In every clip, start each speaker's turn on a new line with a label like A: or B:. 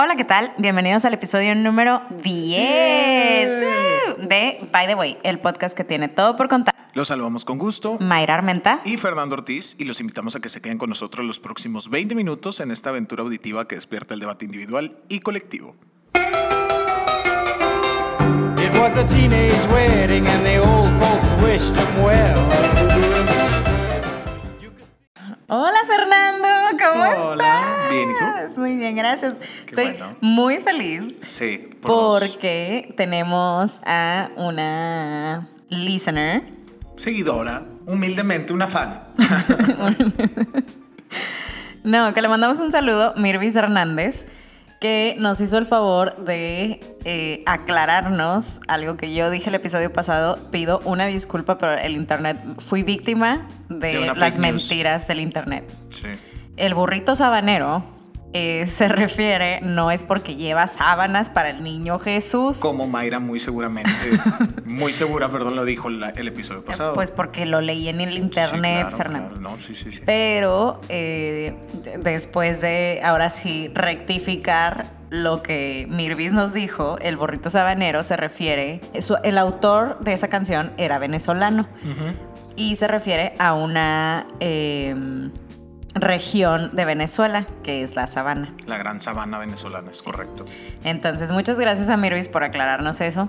A: Hola, ¿qué tal? Bienvenidos al episodio número 10 uh, de By the Way, el podcast que tiene todo por contar.
B: Los saludamos con gusto.
A: Mayra Armenta.
B: Y Fernando Ortiz, y los invitamos a que se queden con nosotros los próximos 20 minutos en esta aventura auditiva que despierta el debate individual y colectivo.
C: It was a teenage wedding and the old folks wished them well.
A: Hola Fernando, ¿cómo
B: Hola.
A: estás?
B: Bien, ¿y
A: tú? Muy bien, gracias.
B: Qué
A: Estoy
B: bueno.
A: muy feliz
B: Sí, por dos.
A: porque tenemos a una listener,
B: Seguidora, humildemente una fan.
A: no, que le mandamos un saludo, Mirvis Hernández, que nos hizo el favor de eh, aclararnos algo que yo dije el episodio pasado. Pido una disculpa por el internet. Fui víctima
B: De
A: de,
B: una
A: las
B: fake news.
A: mentiras del internet.
B: Sí.
A: El burrito sabanero eh, se refiere, no es porque lleva sábanas para el niño Jesús,
B: Como Mayra muy seguramente, muy segura, perdón, lo dijo la- el episodio pasado.
A: pues porque lo leí en el internet,
B: Sí, claro,
A: Fernando.
B: claro. No, sí, sí, sí.
A: Pero eh, de- después de ahora sí rectificar lo que Mirvis nos dijo, el burrito sabanero se refiere, su- el autor de esa canción era venezolano y se refiere a una eh, región de Venezuela que es la sabana.
B: La gran sabana venezolana, es correcto.
A: Entonces, muchas gracias a Mirvis por aclararnos eso.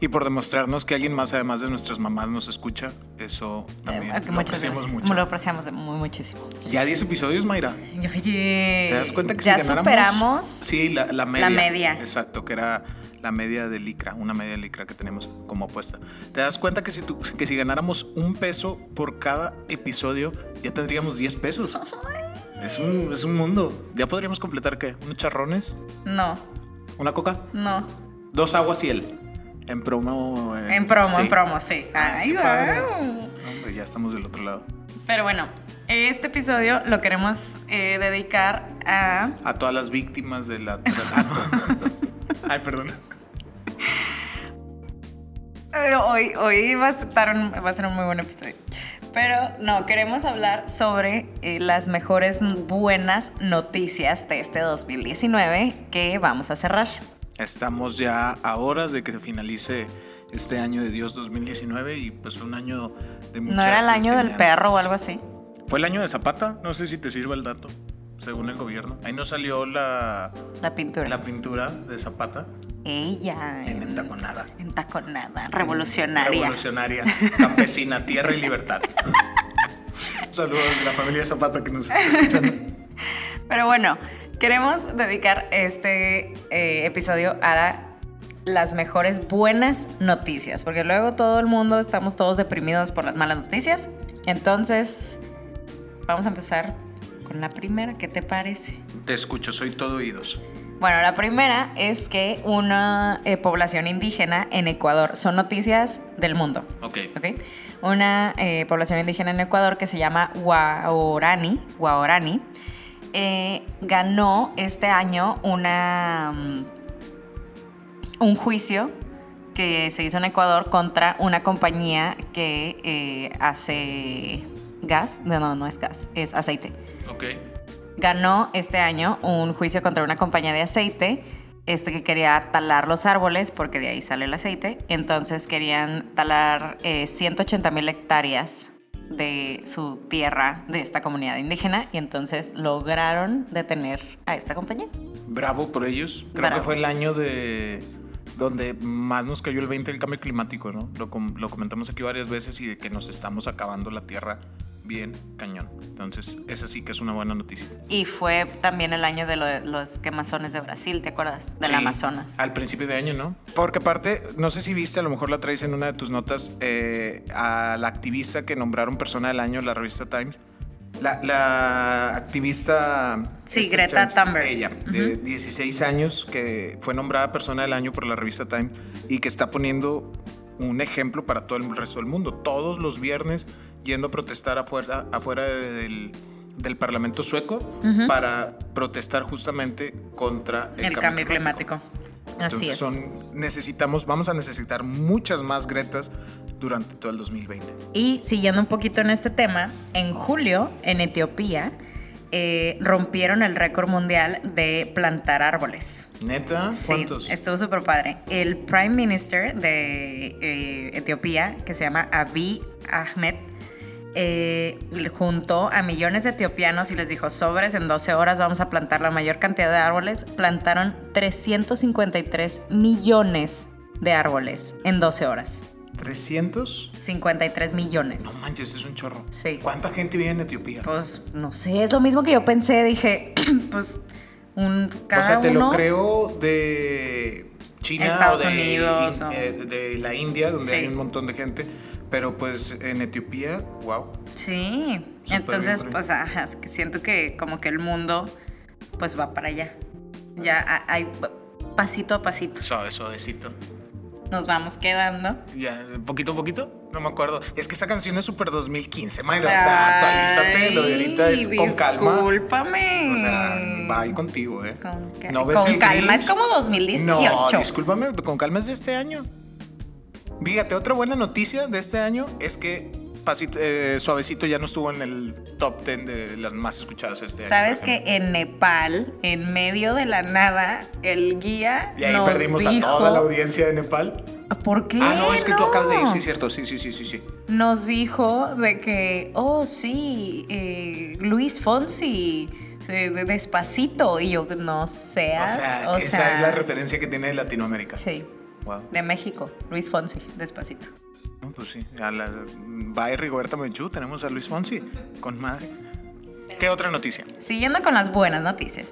B: Y por demostrarnos que alguien más, además de nuestras mamás, nos escucha, eso también
A: Eh, que
B: lo
A: muchas
B: apreciamos
A: gracias.
B: mucho.
A: Lo apreciamos muy muchísimo.
B: Ya 10 episodios, Mayra.
A: Oye,
B: ¿Te das cuenta que
A: Eh, ya
B: si ganáramos-
A: superamos
B: Sí, la, la media.
A: media.
B: Exacto, que era la media de licra, una media de licra que tenemos como apuesta. ¿Te das cuenta que si, tú- que si ganáramos un peso por cada episodio, ya tendríamos 10 pesos? Es un, es un mundo. Ya podríamos completar, ¿qué? ¿Unos charrones?
A: No,
B: ¿Una coca?
A: no.
B: ¿Dos aguas y el? En promo. eh,
A: En promo,
B: sí. Ah,
A: en promo, sí. Ay,
B: qué padre.
A: wow.
B: No, Hombre, ya estamos del otro lado.
A: Pero bueno, este episodio lo queremos eh, dedicar a
B: A todas las víctimas de la... Ah, no. Ay, perdón.
A: Eh, Hoy, hoy va, a estar un- va a ser un muy buen episodio. Pero no, queremos hablar sobre eh, las mejores n- buenas noticias de este 2019 que vamos a cerrar.
B: Estamos ya a horas de que se finalice este año de Dios 2019 y pues un año de muchas
A: ¿No era el año del
B: enseñanzas.
A: perro o algo así?
B: Fue el año de Zapata, no sé si te sirva el dato, según el gobierno. Ahí no salió la,
A: La pintura.
B: la pintura de Zapata
A: Ella.
B: en Entaconada.
A: entaconada, revolucionaria.
B: Revolucionaria, campesina, tierra y libertad. Saludos a la familia Zapata que nos está escuchando.
A: Pero bueno, queremos dedicar este eh, episodio a la- las mejores buenas noticias, porque luego todo el mundo estamos todos deprimidos por las malas noticias. Entonces, vamos a empezar con la primera, ¿qué te parece?
B: Te escucho, soy todo oídos.
A: Bueno, la primera es que una eh, población indígena en Ecuador son noticias del mundo.
B: Ok.
A: ¿ok? Una eh, población indígena en Ecuador que se llama Guaorani, Guaorani eh, ganó este año una, mm, un juicio que se hizo en Ecuador contra una compañía que eh, hace gas, no, no, no es gas, es aceite
B: Ok.
A: ganó este año un juicio contra una compañía de aceite este que quería talar los árboles porque de ahí sale el aceite. Entonces querían talar 180 mil hectáreas de su tierra, de esta comunidad indígena, y entonces lograron detener a esta compañía.
B: Bravo por ellos. Creo
A: Bravo.
B: que fue el año de donde más nos cayó el 20 del cambio climático, ¿no? Lo, com- lo comentamos aquí varias veces y de que nos estamos acabando la tierra bien cañón. Entonces, esa sí que es una buena noticia.
A: Y fue también el año de lo de los quemazones de Brasil, ¿te acuerdas? Del
B: Sí,
A: Amazonas.
B: Al principio de año, ¿no? Porque aparte, no sé si viste, a lo mejor la traes en una de tus notas, eh, a la activista que nombraron persona del año en la revista Times. La, la activista... este,
A: Sí, Greta Thunberg.
B: Ella, de 16 años, que fue nombrada persona del año por la revista Time y que está poniendo un ejemplo para todo el resto del mundo. Todos los viernes yendo a protestar afuera, afuera del, del Parlamento sueco para protestar justamente contra
A: el cambio climático. Así
B: entonces
A: es.
B: son- necesitamos, vamos a necesitar muchas más Gretas durante todo el 2020.
A: Y siguiendo un poquito en este tema, en julio, en Etiopía, eh, rompieron el récord mundial de plantar árboles.
B: ¿Neta? ¿Cuántos?
A: Sí, estuvo súper padre. El Prime Minister de eh, Etiopía, que se llama Abiy Ahmed, eh, juntó a millones de etiopianos y les dijo, sobres, en 12 horas vamos a plantar la mayor cantidad de árboles. Plantaron 353 millones de árboles en 12 horas.
B: 300?
A: 53 millones.
B: No manches, es un chorro.
A: Sí.
B: ¿Cuánta gente vive en Etiopía?
A: Pues no sé, es lo mismo que yo pensé, dije, pues un cada
B: o sea, te
A: uno-
B: lo creo de China
A: Estados
B: o de,
A: Unidos,
B: in-
A: o-
B: eh, de la India, donde
A: Sí.
B: hay un montón de gente. Pero pues en Etiopía, wow.
A: Sí,
B: Súper
A: entonces
B: bien,
A: pues ajá, es que siento que como que el mundo pues va para allá. Ya a- hay p- pasito a pasito.
B: Suave, suavecito.
A: Nos vamos quedando.
B: Ya, poquito a poquito, no me acuerdo. Es que esa canción es súper 2015, Mayra. O sea, actualízate, lo de ahorita es
A: Ay,
B: con calma. O
A: Discúlpame.
B: sea, va ahí contigo, ¿eh?
A: Mm. Con, ca-
B: ¿No ves
A: con
B: el
A: calma,
B: Grinch?
A: es como 2018.
B: No, discúlpame, con calma es de este año. Fíjate, otra buena noticia de este año es que Pasito- eh, Suavecito ya no estuvo en el top 10 de las más escuchadas este año.
A: Sabes
B: por
A: que en Nepal, en medio de la nada, el guía
B: ejemplo. Y ahí
A: nos
B: perdimos a
A: dijo-
B: toda la audiencia de Nepal.
A: ¿Por qué?
B: Ah, no, es que tú acabas de ir,
A: no?
B: sí, cierto. Sí, sí, sí, sí. sí.
A: nos dijo de que, oh, sí, eh, Luis Fonsi, eh, de- despacito, y yo, no
B: O
A: seas.
B: sea, esa es la referencia que tiene Latinoamérica.
A: Sí,
B: Wow.
A: de México, Luis Fonsi, despacito.
B: No, pues sí. A la, va y Rigoberta Menchú, tenemos a Luis Fonsi. Con madre. ¿Qué otra noticia?
A: Siguiendo con las buenas noticias.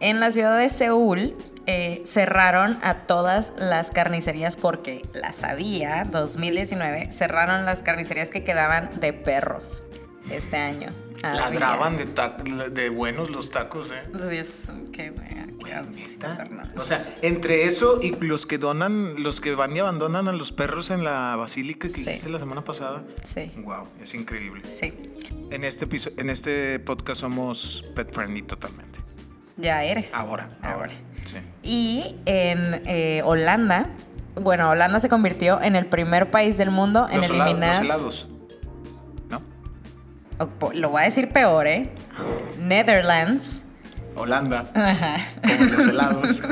A: En la ciudad de Seúl eh, cerraron a todas las carnicerías porque las había, 2019, cerraron las carnicerías que quedaban de perros este año. Había.
B: Ladraban de, tac- de buenos los tacos, ¿eh?
A: Entonces, que, que-
B: ¿Neta?
A: Fernando.
B: O sea, entre eso y los que donan, los que van y abandonan a los perros en la basílica que
A: Sí.
B: hiciste la semana pasada.
A: Sí,
B: Wow, es increíble.
A: sí.
B: En este episo- en este podcast somos pet friendly totalmente.
A: Ya eres.
B: Ahora, ahora.
A: Ahora.
B: Sí.
A: Y en eh, Holanda, bueno, Holanda se convirtió en el primer país del mundo en
B: Los, hela- los
A: eliminar.
B: helados. ¿No?
A: Oh, po- lo voy a decir peor, ¿eh? Netherlands.
B: Holanda,
A: Ajá.
B: como los helados.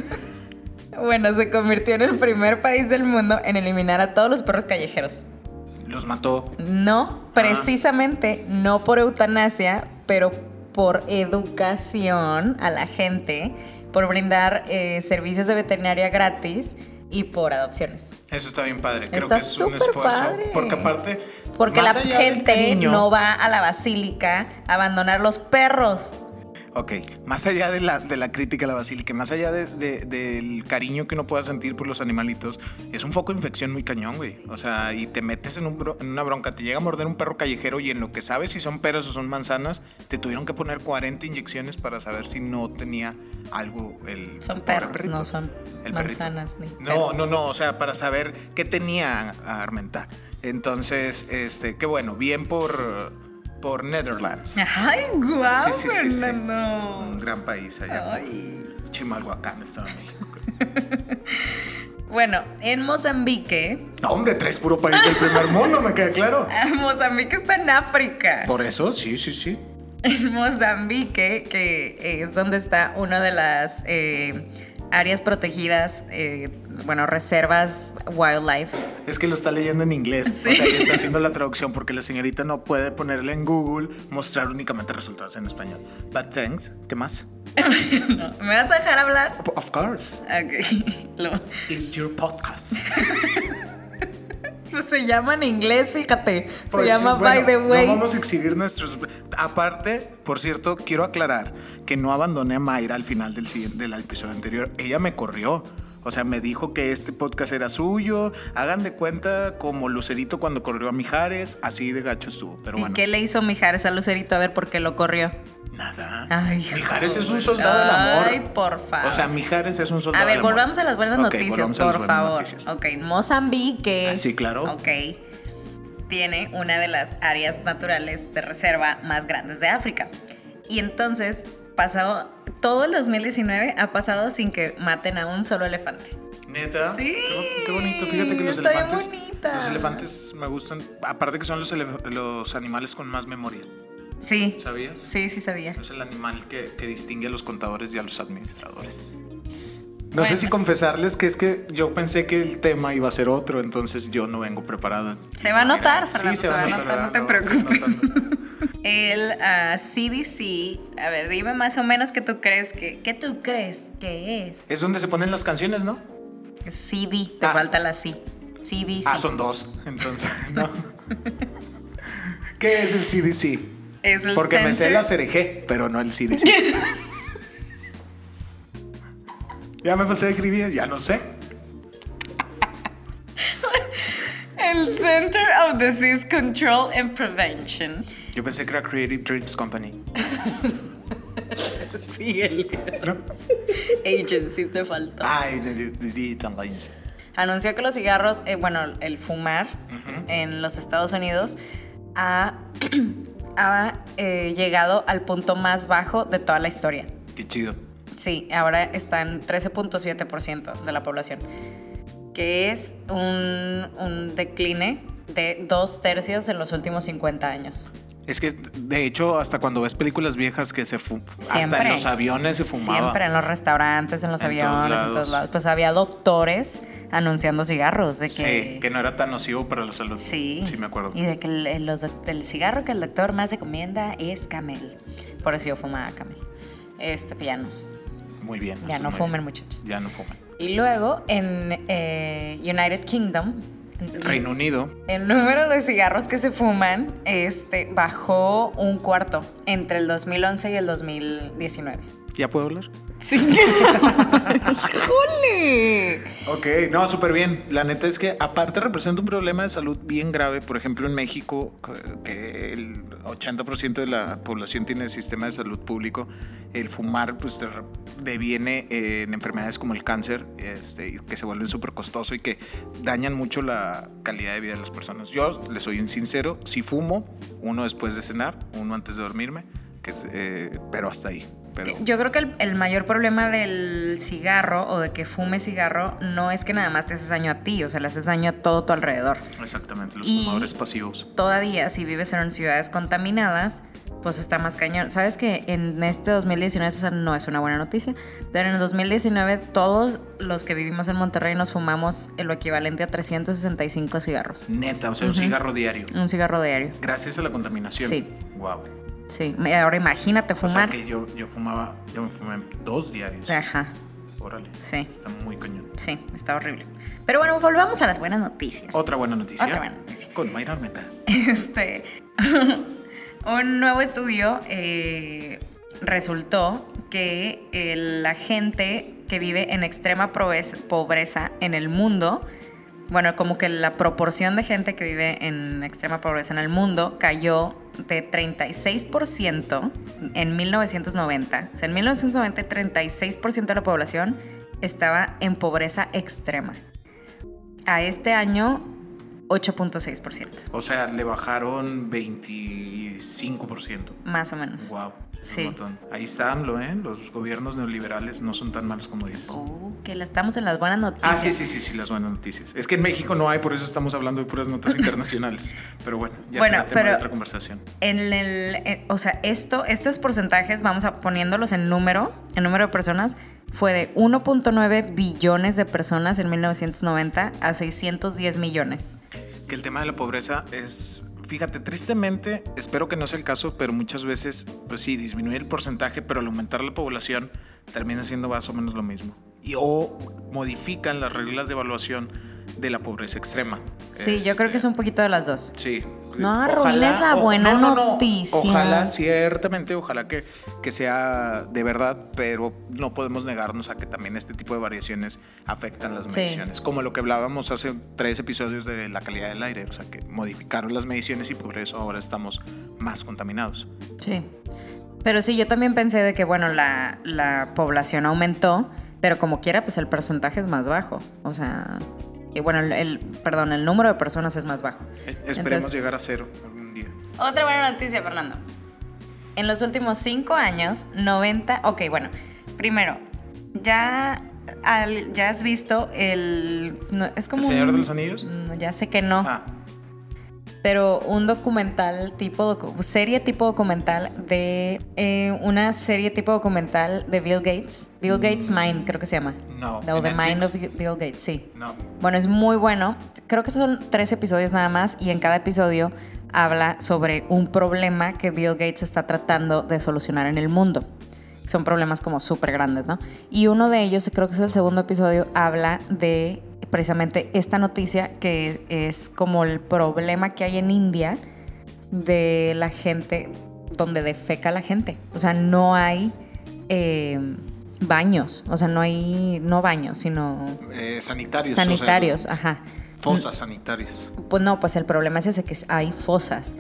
A: Bueno, se convirtió en el primer país del mundo en eliminar a todos los perros callejeros.
B: los mató. Ah.
A: No, precisamente no por eutanasia, pero por educación a la gente, por brindar eh, servicios de veterinaria gratis y por adopciones.
B: Eso está bien padre. Creo
A: Está
B: que es un
A: súper
B: esfuerzo.
A: padre.
B: Porque aparte.
A: Porque
B: más
A: la
B: allá del
A: gente
B: cariño-
A: no va a la basílica a abandonar los perros.
B: Ok, más allá de la, de la crítica a la basílica, más allá de- de- del cariño que uno pueda sentir por los animalitos, es un foco de infección muy cañón, güey. O sea, y te metes en, un bro- en una bronca, te llega a morder un perro callejero y en lo que sabes si son peras o son manzanas, te tuvieron que poner 40 inyecciones para saber si no tenía algo el
A: Son
B: pobre
A: perros,
B: perrito.
A: no son
B: El perrito.
A: manzanas ni
B: No,
A: perros.
B: no, no, o sea, para saber qué tenía a Armenta. Entonces, este, qué bueno, bien por, por Netherlands.
A: Ay, guau,
B: Sí, sí, sí, sí.
A: Fernando.
B: Un gran país
A: Ah.
B: allá.
A: Ay.
B: Chimalhuacán, Estado de México. creo.
A: Bueno, en Mozambique,
B: No, hombre, tres puro país del primer mundo, me queda claro.
A: Mozambique está en África.
B: Por eso, sí, sí, sí.
A: en Mozambique, que eh, es donde está una de las eh, áreas protegidas, eh, bueno, reservas wildlife.
B: Es que lo está leyendo en inglés. O sea, y está haciendo la traducción porque la señorita no puede ponerle en Google mostrar únicamente resultados en español. But thanks. ¿Qué más?
A: ¿Me vas a dejar hablar?
B: Of course.
A: Ok. Lo-
B: It's your podcast.
A: pues se llama en inglés, fíjate.
B: Pues,
A: se llama
B: bueno,
A: By the Way.
B: No vamos a exhibir nuestros. Aparte, por cierto, quiero aclarar que no abandoné a Mayra al final del, siguiente- del episodio anterior. Ella me corrió. O sea, me dijo que este podcast era suyo. Hagan de cuenta como Lucerito cuando corrió a Mijares. Así de gacho estuvo. Pero
A: ¿Y
B: bueno,
A: qué le hizo Mijares a Lucerito? A ver, por qué lo corrió.
B: nada.
A: Ay,
B: Mijares es un
A: joder.
B: soldado del amor.
A: Ay, por favor.
B: O sea, Mijares es un soldado
A: A
B: del
A: ver,
B: amor.
A: volvamos a las buenas
B: Pues Ok,
A: noticias,
B: volvamos a las
A: por
B: buenas
A: favor.
B: noticias.
A: Ok, Mozambique.
B: Ah, sí, claro.
A: Ok. Tiene una de las áreas naturales de reserva más grandes de África. Y entonces, pasado todo el 2019 ha pasado sin que maten a un solo elefante.
B: Neta.
A: Sí,
B: Qué, qué bonito. Fíjate que los
A: está bien
B: elefantes.
A: bonita.
B: Los elefantes me gustan. Aparte que son los, elef- los animales con más memoria.
A: Sí.
B: ¿Sabías?
A: Sí, sí sabía.
B: Es el animal que, que distingue a los contadores y a los administradores. No
A: Bueno.
B: sé si confesarles que es que yo pensé que el tema iba a ser otro, entonces yo no vengo preparado.
A: Se va a notar,
B: Sí,
A: Fernando,
B: se va a notar,
A: no te
B: ¿verdad? No,
A: preocupes.
B: se nota.
A: El ah, CDC, a ver, dime más o menos qué tú crees que, qué tú crees que es.
B: Es donde se ponen las canciones, ¿no?
A: CD, te
B: Ah.
A: falta la C. CDC.
B: Ah, son dos, entonces, ¿no? ¿Qué es el CDC?
A: Es el
B: Porque me sé
A: Center-
B: la CRG, pero no el CDC. ya me pasé a escribir, ya no sé.
A: El Center of Disease Control and Prevention.
B: Yo pensé que era Creative Dreams Company.
A: Sí, el
B: ¿no?
A: agency te falta.
B: Ay, de- de- de- de- tan lines.
A: anunció que los cigarros, eh, bueno, el fumar en los Estados Unidos ha, ha, eh, llegado al punto más bajo de toda la historia.
B: Qué chido.
A: Sí, ahora está en 13.7% de la población, que es un, un decline de dos tercios en los últimos 50 años.
B: Es que, de hecho, hasta cuando ves películas viejas que se fuman, hasta
A: Siempre.
B: en los aviones se fumaba.
A: Siempre en los restaurantes, en los
B: En todos
A: aviones, en
B: lados.
A: todos lados. Pues había doctores anunciando cigarros de que...
B: Sí, que no era tan nocivo para la salud.
A: Sí.
B: Sí, me acuerdo.
A: Y de que el, el- los doc- el cigarro que el doctor más recomienda es Camel. Por eso yo fumaba Camel. Este, pues ya no.
B: Muy bien.
A: Ya
B: eso
A: no
B: es muy
A: fumen,
B: bien.
A: muchachos.
B: Ya no fumen.
A: Y luego en eh, United Kingdom,
B: Reino Unido,
A: el número de cigarros que se fuman este, bajó un cuarto entre el 2011 y el 2019.
B: ¿ya puedo hablar?
A: ¡Sí! ¡Híjole!
B: Ok, no, súper bien. La neta es que aparte representa un problema de salud bien grave. Por ejemplo, en México, que el 80% de la población tiene sistema de salud público. El fumar pues te re- deviene eh, en enfermedades como el cáncer, este, y que se vuelven súper costoso y que dañan mucho la calidad de vida de las personas. Yo les soy sincero, si fumo, uno después de cenar, uno antes de dormirme, que es, eh, pero hasta ahí. Pero,
A: Yo creo que el, el mayor problema del cigarro o de que fumes cigarro no es que nada más te haces daño a ti, o sea, le haces daño a todo tu alrededor.
B: exactamente, los
A: Y-
B: fumadores pasivos.
A: Todavía, si vives en ciudades contaminadas, pues está más cañón. Sabes que en este 2019, esa no es una buena noticia, pero en el 2019 todos los que vivimos en Monterrey nos fumamos lo equivalente a 365 cigarros.
B: Neta, o sea, un cigarro diario.
A: Un cigarro diario.
B: Gracias a la contaminación.
A: Sí.
B: Wow.
A: Sí. Ahora imagínate
B: O sea
A: fumar.
B: que yo, yo fumaba, yo me fumé dos diarios.
A: Ajá.
B: Órale.
A: Sí.
B: Está muy cañón.
A: Sí, está horrible. Pero bueno, volvamos a las buenas noticias.
B: Otra buena noticia.
A: Otra buena noticia.
B: Con Mayra Armenta.
A: Este, un nuevo estudio eh, resultó que eh, la gente que vive en extrema proves- pobreza en el mundo, bueno, como que la proporción de gente que vive en extrema pobreza en el mundo cayó de 36% en 1990. O sea, en 1990 36% de la población estaba en pobreza extrema. A este año, 8.6%.
B: O sea, le bajaron 25%.
A: Más o menos.
B: Wow.
A: Sí.
B: Ahí está AMLO, ¿eh? Los gobiernos neoliberales no son tan malos como dices.
A: Oh, que la estamos en las buenas noticias.
B: Ah, sí, sí, sí, sí, las buenas noticias. Es que en México no hay, por eso estamos hablando de puras notas internacionales. Pero bueno, ya
A: Bueno,
B: será tema
A: pero-
B: de otra conversación.
A: En el, en- o sea, esto, estos porcentajes, vamos a poniéndolos en número, en número de personas, fue de 1.9 billones de personas en 1990 a 610 millones.
B: que el tema de la pobreza es, fíjate, tristemente, espero que no sea el caso, pero muchas veces, pues sí, disminuir el porcentaje, pero al aumentar la población termina siendo más o menos lo mismo. Y o modifican las reglas de evaluación de la pobreza extrema.
A: Sí, yo creo que es
B: Este,
A: un poquito de las dos.
B: Sí.
A: No
B: Ojalá-
A: arruines la
B: ojo-
A: buena
B: no, no, no.
A: noticia.
B: Ojalá, ciertamente, ojalá que, que sea de verdad, pero no podemos negarnos a que también este tipo de variaciones afectan las
A: Sí.
B: mediciones. Como lo que hablábamos hace tres episodios de la calidad del aire, o sea, que modificaron las mediciones y por eso ahora estamos más contaminados.
A: Sí. Pero sí, yo también pensé de que, bueno, la, la población aumentó, pero como quiera, pues el porcentaje es más bajo. O sea, y bueno, el, el- perdón, el número de personas es más bajo.
B: Eh, Esperemos
A: Entonces-
B: llegar a cero algún día.
A: Otra buena noticia, Fernando. En los últimos cinco años, 90... Ok, bueno. Primero, ya, al- ya has visto el... no, es como
B: ¿El Señor
A: un- Mm,
B: de los Anillos?
A: No, ya sé que no.
B: Ah,
A: pero un documental tipo, docu serie tipo documental de, eh, una serie tipo documental de Bill Gates, Bill Gates Mind creo que se llama.
B: Mm. No,
A: No,
B: ¿en
A: The Mind of
B: Netflix?
A: Bill Gates, sí.
B: No.
A: Bueno, es muy bueno. Creo que son tres episodios nada más y en cada episodio habla sobre un problema que Bill Gates está tratando de solucionar en el mundo. Son problemas como súper grandes, ¿no? Y uno de ellos, creo que es el segundo episodio, habla de precisamente esta noticia que es como el problema que hay en India de la gente donde defeca la gente. O sea, no hay eh, baños, o sea, no hay, no baños, sino
B: Eh, sanitarios. o sea,
A: sanitarios, ajá.
B: fosas sanitarias.
A: Pues no, pues el problema es ese que hay fosas,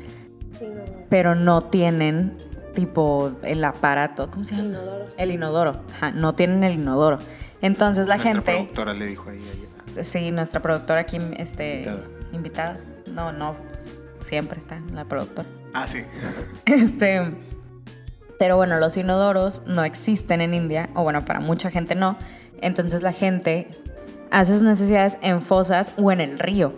A: pero no tienen tipo el aparato, ¿cómo se llama? El inodoro, ajá, no tienen el inodoro. Entonces la
B: Nuestra
A: gente,
B: productora le dijo ahí ayer.
A: sí, nuestra productora aquí, este,
B: Invitada.
A: invitada, no, no, siempre está la productora.
B: Ah, sí.
A: Este. Pero bueno, los inodoros no existen en India, o bueno, para mucha gente no. Entonces la gente hace sus necesidades en fosas o en el río.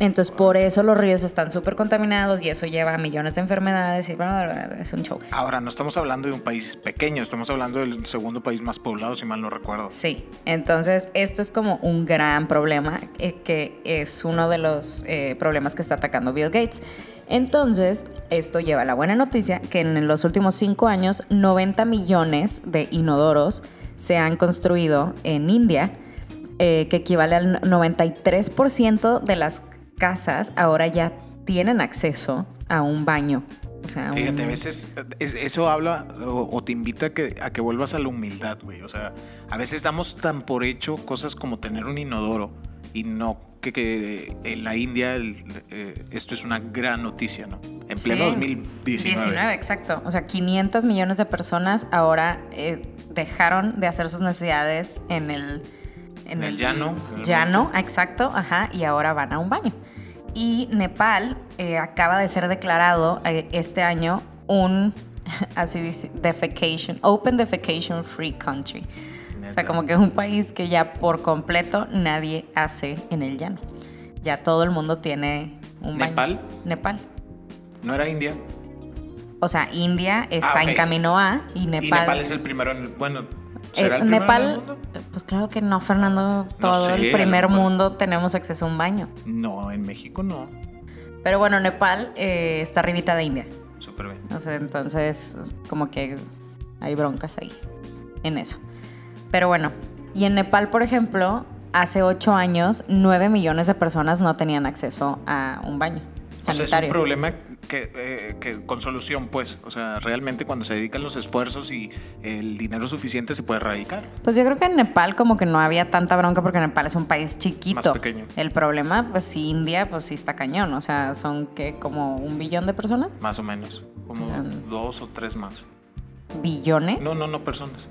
A: Entonces por eso los ríos están súper contaminados y eso lleva a millones de enfermedades y bla, bla, bla, bla, es un show.
B: Ahora, no estamos hablando de un país pequeño, estamos hablando del segundo país más poblado, si mal no recuerdo.
A: Sí, entonces esto es como un gran problema eh, que es uno de los eh, problemas que está atacando Bill Gates. Entonces, esto lleva a la buena noticia que en los últimos cinco años 90 millones de inodoros se han construido en India, eh, que equivale al 93% de las casas ahora ya tienen acceso a un baño. O sea, un-
B: Fíjate, a veces eh, es- eso habla o, o te invita a que, a que vuelvas a la humildad, güey. O sea, a veces damos tan por hecho cosas como tener un inodoro y no que, que, eh, en la India el, eh, esto es una gran noticia, ¿no? En pleno
A: Sí.
B: 2019.
A: 19, exacto. O sea, 500 millones de personas ahora eh, dejaron de hacer sus necesidades en el...
B: En el llano, en el
A: Llano, exacto, ajá, y ahora van a un baño. Y Nepal eh, acaba de ser declarado eh, este año un, así dice, defecation, open defecation free country. O sea,
B: Neta.
A: como que es un país que ya por completo nadie hace en el llano. Ya todo el mundo tiene un baño.
B: ¿Nepal?
A: Nepal.
B: No era India.
A: O sea, India está
B: Ah,
A: en
B: ok.
A: camino a y Nepal.
B: Y Nepal es el primero en el. Bueno, ¿será
A: Eh,
B: el primero en el
A: Nepal,
B: mundo?
A: pues claro que no, Fernando. Todo
B: sé,
A: el
B: a lo
A: primer
B: mejor.
A: mundo tenemos acceso a un baño.
B: No, en México no.
A: Pero bueno, Nepal eh, está arribita de India.
B: Súper bien.
A: O sea, entonces, como que hay broncas ahí en eso. Pero bueno, y en Nepal, por ejemplo, hace ocho años, nueve millones de personas no tenían acceso a un baño
B: O sea, es un
A: sanitario.
B: problema que, eh, que con solución, pues. O sea, realmente cuando se dedican los esfuerzos y el dinero suficiente se puede erradicar.
A: Pues yo creo que en Nepal como que no había tanta bronca porque Nepal es un país chiquito.
B: Más pequeño.
A: El problema, pues sí, India, pues sí está cañón. O sea, son que como un billón de personas.
B: Más o menos. Como
A: Ah.
B: dos o tres más.
A: ¿Billones?
B: No, no, no, personas.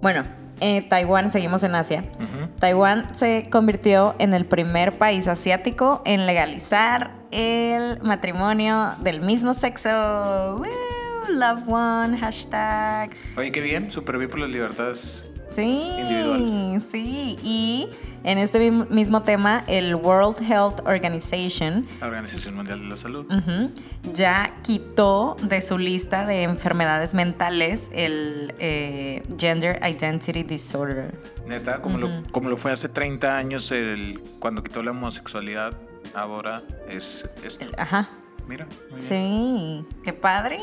A: Bueno, eh, Taiwán, seguimos en Asia.
B: Ujú.
A: Taiwán se convirtió en el primer país asiático en legalizar el matrimonio del mismo sexo. ¡Woo! Love one, hashtag.
B: Oye, qué bien. Súper bien por las libertades.
A: Sí,
B: Individuales.
A: sí. Y en este mi- mismo tema, el World Health Organization
B: La Organización Mundial de la Salud.
A: ujú, ya quitó de su lista de enfermedades mentales el eh, Gender Identity Disorder.
B: Neta, como, lo, como lo fue hace 30 años el, cuando quitó la homosexualidad, ahora es esto.
A: Ajá.
B: Mira, muy bien.
A: Sí, qué padre.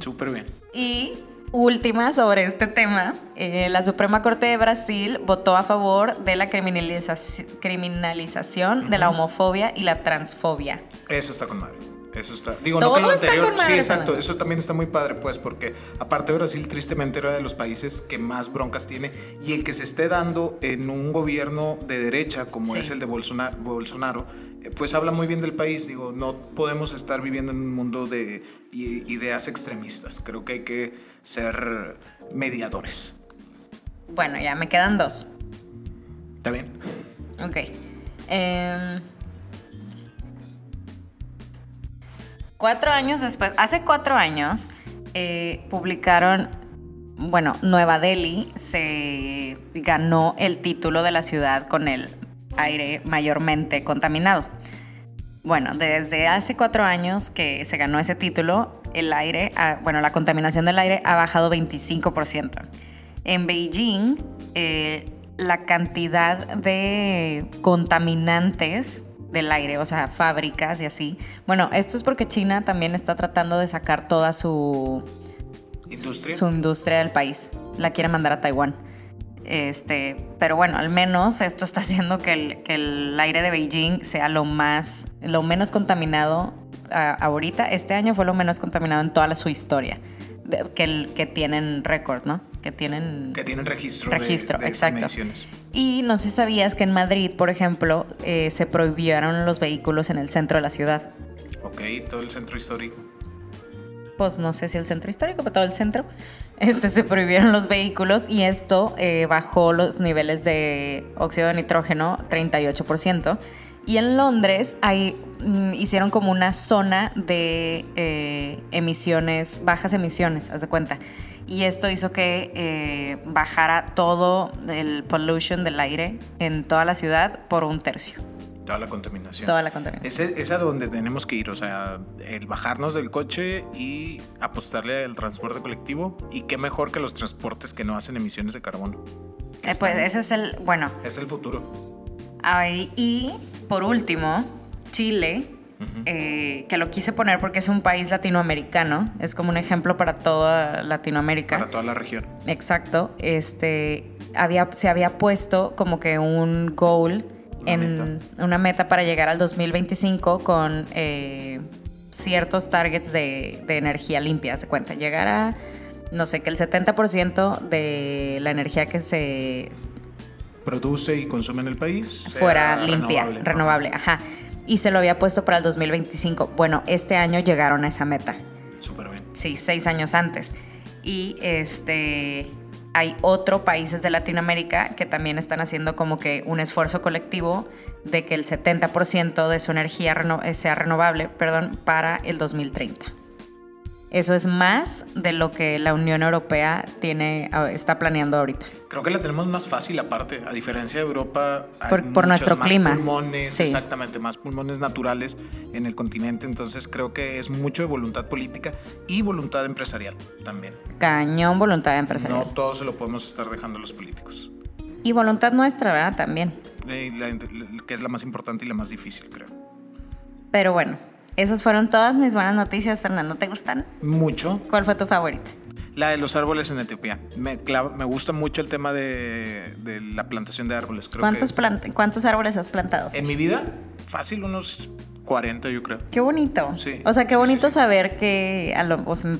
B: Súper bien.
A: Y última sobre este tema, eh, la Suprema Corte de Brasil votó a favor de la criminalizaci- criminalización de la homofobia y la transfobia.
B: Eso está con madre. Eso está. Digo,
A: Todo
B: no que lo
A: está
B: anterior.
A: con madre,
B: sí, exacto.
A: Fernando.
B: Eso también está muy padre, pues, porque aparte Brasil, tristemente, era de los países que más broncas tiene. Y el que se esté dando en un gobierno de derecha, como
A: Sí.
B: es el de Bolsona- Bolsonaro, eh, pues habla muy bien del país. Digo, no podemos estar viviendo en un mundo de i- ideas extremistas. Creo que hay que ser mediadores.
A: Bueno, ya me quedan dos.
B: ¿Está bien?
A: Ok. Em, cuatro años después, hace cuatro años, eh, publicaron, bueno, Nueva Delhi se ganó el título de la ciudad con el aire mayormente contaminado. Bueno, desde hace cuatro años que se ganó ese título, el aire, ah, bueno, la contaminación del aire ha bajado 25%. En Beijing, eh, la cantidad de contaminantes del aire, o sea, fábricas y así. Bueno, esto es porque China también está tratando de sacar toda su
B: Industria.
A: su industria del país. La quiere mandar a Taiwán. Este, pero bueno, al menos esto está haciendo que el, que el aire de Beijing sea lo más, lo menos contaminado ah, ahorita. Este año fue lo menos contaminado en toda la- su historia. De- que, el- que tienen récord, ¿no? Que tienen
B: que tienen registro, de-
A: registro,
B: de, estas
A: exacto.
B: mediciones.
A: Y no sé si sabías que en Madrid, por ejemplo, eh, se prohibieron los vehículos en el centro de la ciudad.
B: Ok, todo el centro histórico.
A: pues no sé si el centro histórico, pero todo el centro, este, se prohibieron los vehículos y esto eh, bajó los niveles de óxido de nitrógeno 38%. Y en Londres ahí, mm, hicieron como una zona de eh, emisiones, bajas emisiones, haz de cuenta. Y esto hizo que eh, bajara todo el pollution del aire en toda la ciudad por un tercio,
B: Toda la contaminación.
A: toda la contaminación.
B: Ese- Es, a donde tenemos que ir, o sea, el bajarnos del coche y apostarle al transporte colectivo. Y qué mejor que los transportes que no hacen emisiones de carbono.
A: Eh, pues ese es el, bueno,
B: Es el futuro.
A: Ay, y por último, Chile, eh, que lo quise poner porque es un país latinoamericano, es como un ejemplo para toda Latinoamérica.
B: Para toda la región.
A: Exacto, este, había, se había puesto como que un goal,
B: Una
A: en una meta para llegar al 2025 con eh, ciertos targets de, de energía limpia, haz de cuenta, llegar a, no sé, que el 70% de la energía que se
B: Produce y consume en el país. sea
A: fuera limpia,
B: renovable.
A: renovable. ajá. Y se lo había puesto para el 2025. Bueno, este año llegaron a esa meta,
B: Súper bien.
A: sí, seis años antes. Y este, hay otros países de Latinoamérica que también están haciendo como que un esfuerzo colectivo de que el 70% de su energía reno- eh, sea renovable, perdón, para el 2030. Eso es más de lo que la Unión Europea tiene, ah, está planeando ahorita.
B: Creo que la tenemos más fácil aparte, a diferencia de Europa, hay
A: Por- por
B: muchos
A: nuestro
B: más
A: clima.
B: pulmones,
A: Sí.
B: exactamente, más pulmones naturales en el continente, entonces creo que es mucho de voluntad política y voluntad empresarial también.
A: Cañón voluntad empresarial.
B: No todo se lo podemos estar dejando a los políticos,
A: Y voluntad nuestra, ¿verdad? También.
B: Eh, la- la- que es la más importante y la más difícil, creo.
A: Pero bueno, esas fueron todas mis buenas noticias, Fernando. ¿Te gustan?
B: Mucho
A: ¿Cuál fue tu favorita?
B: la de los árboles en Etiopía. Me, clava- me gusta mucho el tema de, de la plantación de árboles. Creo
A: ¿Cuántos,
B: que es- Eh,
A: plant- ¿Cuántos árboles has plantado?
B: En mi vida, fácil, unos 40, yo creo.
A: Qué bonito.
B: Sí,
A: o sea, qué
B: sí,
A: bonito
B: sí, sí.
A: saber que a lo- o sea,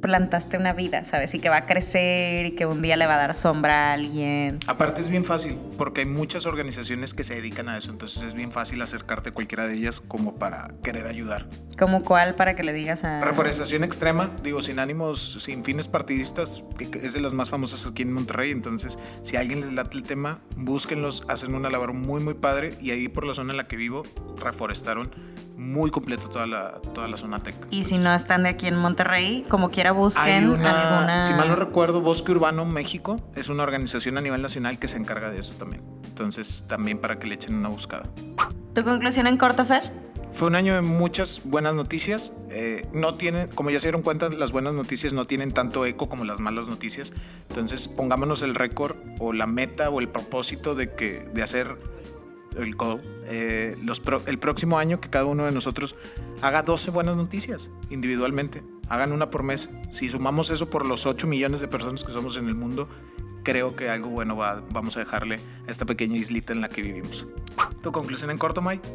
A: plantaste una vida, ¿sabes? Y que va a crecer y que un día le va a dar sombra a alguien.
B: Aparte es bien fácil, porque hay muchas organizaciones que se dedican a eso, entonces es bien fácil acercarte a cualquiera de ellas como para querer ayudar.
A: Como cuál para que le digas a...
B: Reforestación extrema, digo, sin ánimos, sin fines partidistas, que es de las más famosas aquí en Monterrey, entonces si a alguien les late el tema, búsquenlos, hacen una labor muy muy padre y ahí por la zona en la que vivo reforestaron muy completo toda la, toda la zona tech.
A: Y si
B: Entonces,
A: no están de aquí en Monterrey, como quiera
B: hay
A: busquen
B: una,
A: alguna...
B: si mal no recuerdo, Bosque Urbano México es una organización a nivel nacional que se encarga de eso también. Entonces, también para que le echen una buscada.
A: ¿Tu conclusión en corto, Fer?
B: Fue un año de muchas buenas noticias. Eh, no tienen, como ya se dieron cuenta, las buenas noticias no tienen tanto eco como las malas noticias. Entonces, pongámonos el récord o la meta o el propósito de que de hacer el goal, eh, los pro- el próximo año que cada uno de nosotros haga 12 buenas noticias individualmente. Hagan una por mes. Si sumamos eso por los 8 millones de personas que somos en el mundo, creo que algo bueno va, vamos a dejarle a esta pequeña islita en la que vivimos. ¿Tu conclusión en corto, Mike?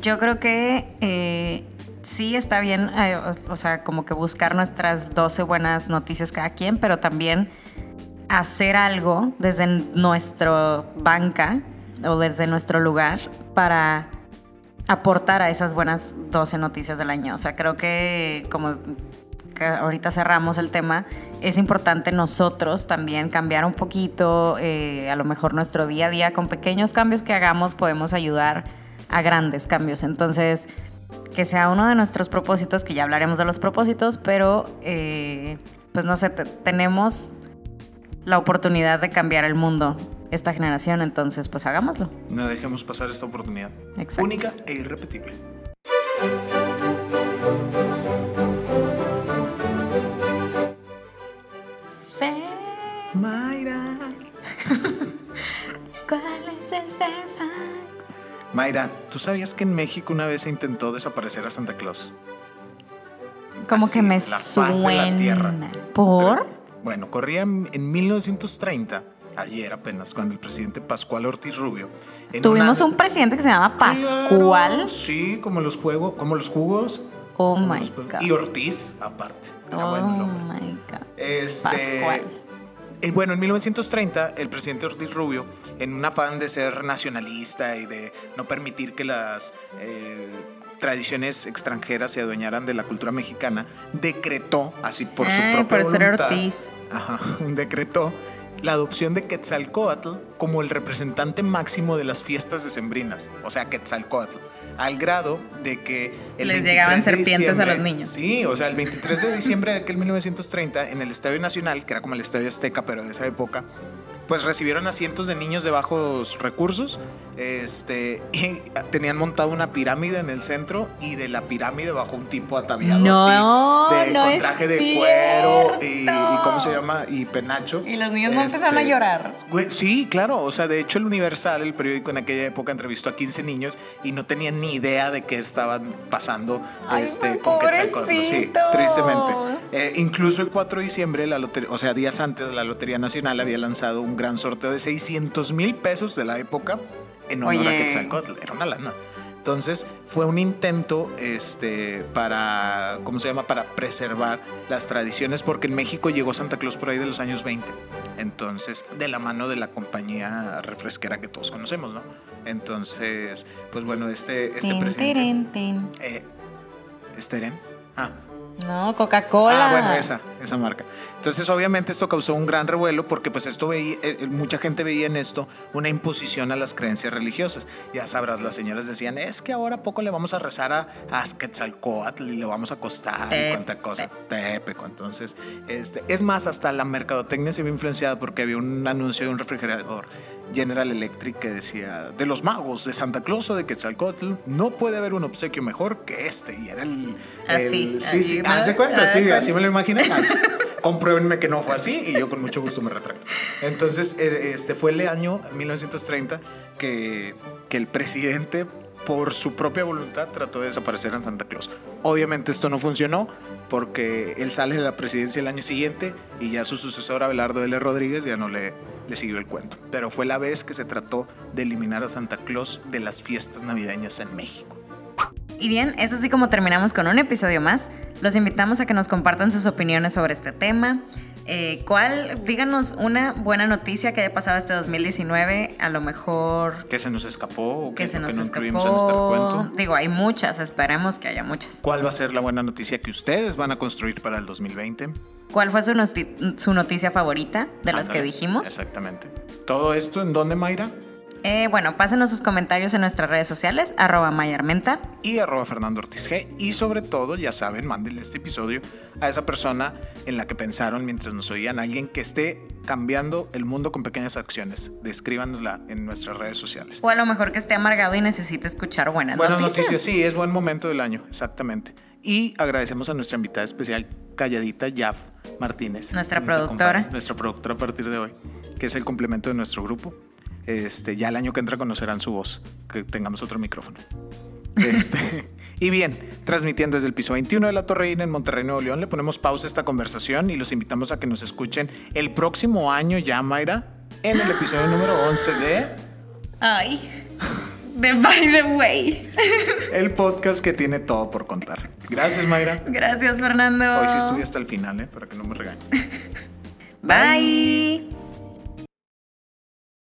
A: Yo creo que eh, sí está bien, eh, o, o sea, como que buscar nuestras 12 buenas noticias cada quien, pero también hacer algo desde nuestra banca o desde nuestro lugar para aportar a esas buenas 12 noticias del año. O sea, creo que como que ahorita cerramos el tema, es importante nosotros también cambiar un poquito, eh, a lo mejor nuestro día a día, con pequeños cambios que hagamos podemos ayudar a grandes cambios. Entonces, que sea uno de nuestros propósitos, que ya hablaremos de los propósitos, pero eh, pues no sé, te- tenemos la oportunidad de cambiar el mundo. esta generación, entonces pues hagámoslo.
B: No dejemos pasar esta oportunidad.
A: Exacto.
B: Única e irrepetible. Mayra.
A: ¿Cuál es el fair fact?
B: Mayra, ¿tú sabías que en México una vez se intentó desaparecer a Santa Claus?
A: Como
B: Así,
A: que me
B: la faz de
A: suena.
B: la tierra.
A: ¿Por?
B: Pero, bueno, corría en en 1930, ayer apenas, cuando el presidente Pascual Ortiz Rubio. en
A: Tuvimos
B: una-
A: un presidente que se llama
B: Claro,
A: Pascual.
B: sí, como los juegos, como los jugos.
A: Oh
B: como
A: my
B: los jugos.
A: God.
B: Y Ortiz, aparte. Era
A: oh
B: bueno el hombre.
A: my God.
B: Este,
A: Pascual.
B: eh, bueno, en 1930, el presidente Ortiz Rubio, en un afán de ser nacionalista y de no permitir que las eh, tradiciones extranjeras se adueñaran de la cultura mexicana, decretó, así por su
A: Ay,
B: propia
A: Eh, por ser
B: voluntad,
A: Ortiz.
B: ajá, decretó la adopción de Quetzalcoatl como el representante máximo de las fiestas decembrinas, o sea, Quetzalcoatl, al grado de que... El
A: Les llegaban
B: 23 de
A: serpientes a los
B: diciembre-
A: niños.
B: Sí, o sea, el 23 de diciembre de aquel 1930, en el Estadio Nacional, que era como el Estadio Azteca, pero de esa época, pues recibieron a cientos de niños de bajos recursos. Este, y tenían montado una pirámide en el centro y de la pirámide bajó un tipo ataviado
A: No,
B: así, de,
A: no
B: con
A: es
B: traje de cuero y,
A: cierto.
B: y ¿cómo se llama? Y penacho. Este,
A: Y los niños no empezaron a llorar.
B: Güey, Sí, claro, o sea, de hecho el Universal, el periódico en aquella época entrevistó a 15 niños y no tenían ni idea de qué estaban pasando
A: Ay,
B: este,
A: güey,
B: con Quetzalcóatl. Sí,
A: pobrecitos.
B: tristemente. Eh, incluso el 4 de diciembre, la lotería, o sea, días antes, la Lotería Nacional había lanzado un gran sorteo de 600 mil pesos de la época en honor a
A: Oye.
B: Quetzalcóatl. Era una lana. Entonces fue un intento este, para, ¿cómo se llama? Para preservar las tradiciones, porque en México llegó Santa Claus por ahí de los años 20. Entonces, de la mano de la compañía refresquera que todos conocemos, ¿no? Entonces, pues bueno, este, este
A: Tin,
B: presidente...
A: tirin, tin.
B: Eh, ¿Steren? Ah,
A: No, Coca-Cola.
B: Ah, bueno, esa, esa marca. Entonces, obviamente esto causó un gran revuelo porque pues esto veía, eh, eh, mucha gente veía en esto una imposición a las creencias religiosas. Ya sabrás, las señoras decían, es que ahora a poco le vamos a rezar a, a Quetzalcóatl y le vamos a acostar y
A: Tepe.
B: cuánta cosa. Tepeco. Entonces, este, es más, hasta la mercadotecnia se vio influenciada porque había un anuncio de un refrigerador General Electric que decía, de los magos de Santa Claus o de Quetzalcóatl, no puede haber un obsequio mejor que este. Y era el...
A: Así,
B: el- sí,
A: ahí
B: sí,
A: va,
B: hace cuenta,
A: ahí
B: sí,
A: va.
B: así me lo imaginé. así. Compruébenme que no fue así y yo con mucho gusto me retracto. Entonces, eh, este fue el año 1930 que, que el presidente, por su propia voluntad, trató de desaparecer a Santa Claus. Obviamente esto no funcionó porque él sale de la presidencia el año siguiente y ya su sucesor, Abelardo L. Rodríguez, ya no le, le siguió el cuento. Pero fue la vez que se trató de eliminar a Santa Claus de las fiestas navideñas en México.
A: Y bien, es así como terminamos con un episodio más. Los invitamos a que nos compartan sus opiniones sobre este tema. Eh, ¿Cuál? Díganos una buena noticia que haya pasado este 2019. A lo mejor
B: ¿Qué se nos escapó o
A: que
B: qué
A: se
B: es lo
A: nos
B: que no incluimos
A: escapó.
B: en este recuento?
A: Digo, hay muchas. Esperemos que haya muchas.
B: ¿Cuál va a ser la buena noticia que ustedes van a construir para el 2020?
A: ¿Cuál fue su, noti- su noticia favorita de las que
B: Ándale,
A: dijimos?
B: Exactamente. ¿Todo esto en dónde, Mayra?
A: Eh, bueno, pásenos sus comentarios en nuestras redes sociales, arroba mayarmenta.
B: Y arroba Fernando Ortiz G. Y sobre todo, ya saben, mándenle este episodio a esa persona en la que pensaron mientras nos oían. Alguien que esté cambiando el mundo con pequeñas acciones. Descríbanosla en nuestras redes sociales.
A: O a lo mejor que esté amargado y necesite escuchar buenas,
B: Buenas
A: noticias.
B: noticias. sí, es buen momento del año, exactamente. Y agradecemos a nuestra invitada especial, Calladita Jaf Martínez.
A: Nuestra
B: que nos
A: productora.
B: acompaña, Nuestra productora a partir de hoy, que es el complemento de nuestro grupo. Este, ya el año que entra conocerán su voz, que tengamos otro micrófono. Este, y bien, transmitiendo desde el piso 21 de la Torreína en Monterrey, Nuevo León, le ponemos pausa a esta conversación y los invitamos a que nos escuchen el próximo año ya, Mayra, en el episodio número 11 de...
A: Ay, de by the way.
B: El podcast que tiene todo por contar. Gracias, Mayra.
A: Gracias, Fernando.
B: Hoy sí estudié hasta el final, ¿eh? Para que no me regañen.
A: Bye.